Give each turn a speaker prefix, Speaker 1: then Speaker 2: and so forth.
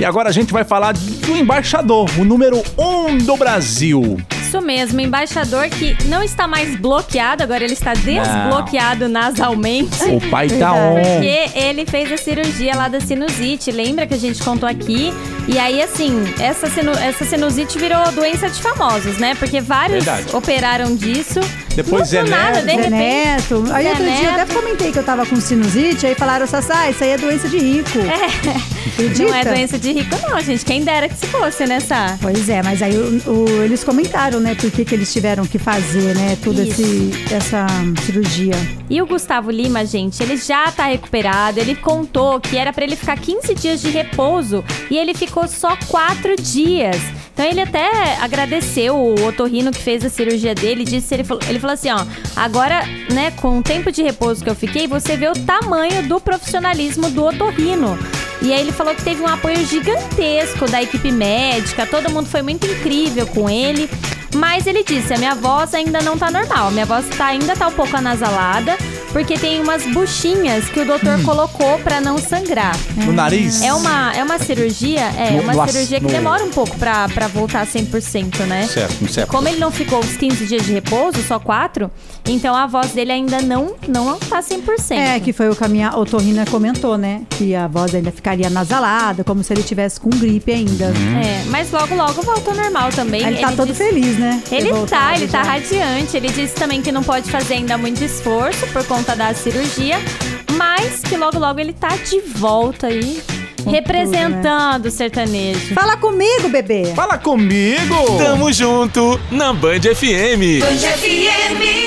Speaker 1: E agora a gente vai falar do embaixador, o número um do Brasil.
Speaker 2: Isso mesmo, embaixador que não está mais bloqueado, agora ele está desbloqueado nasalmente.
Speaker 1: O pai tá on.
Speaker 2: Porque ele fez a cirurgia lá da sinusite, lembra que a gente contou aqui? E aí, assim, essa, sinu- essa sinusite virou doença de famosos, né? Porque vários
Speaker 1: Verdade.
Speaker 2: operaram disso.
Speaker 1: Depois é, né?
Speaker 2: Não do
Speaker 1: Zé
Speaker 2: nada, né?
Speaker 1: Neto.
Speaker 2: de repente.
Speaker 3: Zé Neto. Aí
Speaker 2: Zé
Speaker 3: outro dia eu
Speaker 2: Neto.
Speaker 3: até comentei que eu tava com sinusite, aí falaram, Sassá, isso aí é doença de rico. Acredita?
Speaker 2: Não é doença de rico, não, gente. Quem dera que se fosse, né, Sá?
Speaker 3: Pois é, mas aí o- o- eles comentaram, né, por que, que eles tiveram que fazer, né, toda
Speaker 2: Isso.
Speaker 3: esse- essa cirurgia.
Speaker 2: E o Gustavo Lima, gente, ele já tá recuperado. Ele contou que era pra ele ficar 15 dias de repouso e ele ficou só 4 dias. Então ele até agradeceu o otorrino que fez a cirurgia dele, disse ele falou, ele falou assim, ó, agora, né, com o tempo de repouso que eu fiquei, você vê o tamanho do profissionalismo do otorrino. E aí ele falou que teve um apoio gigantesco da equipe médica, todo mundo foi muito incrível com ele. Mas ele disse, a minha voz ainda não tá normal, minha voz tá, ainda tá um pouco anasalada, porque tem umas buchinhas que o doutor colocou pra não sangrar.
Speaker 1: No nariz.
Speaker 2: É uma, é uma cirurgia, é
Speaker 1: No-
Speaker 2: uma
Speaker 1: no ac-
Speaker 2: cirurgia que
Speaker 1: no-
Speaker 2: demora um pouco pra, pra voltar 100%, né?
Speaker 1: Certo, um certo.
Speaker 2: Como ele não ficou os 15 dias de repouso, só 4, então a voz dele ainda não, não tá 100%.
Speaker 3: É, que foi o que a minha otorrina comentou, né, que a voz ainda ficaria nasalada, como se ele tivesse com gripe ainda.
Speaker 2: É, mas logo, logo volta ao normal também.
Speaker 3: Aí ele tá todo
Speaker 2: disse-
Speaker 3: feliz, né? ter
Speaker 2: Ele tá,
Speaker 3: voltado
Speaker 2: ele tá
Speaker 3: já.
Speaker 2: radiante. Ele disse também que não pode fazer ainda muito esforço por conta da cirurgia, mas que logo, logo ele tá de volta aí, representando o sertanejo.
Speaker 3: Fala comigo, bebê!
Speaker 1: Fala comigo!
Speaker 4: Tamo junto na Band FM.
Speaker 5: Band FM.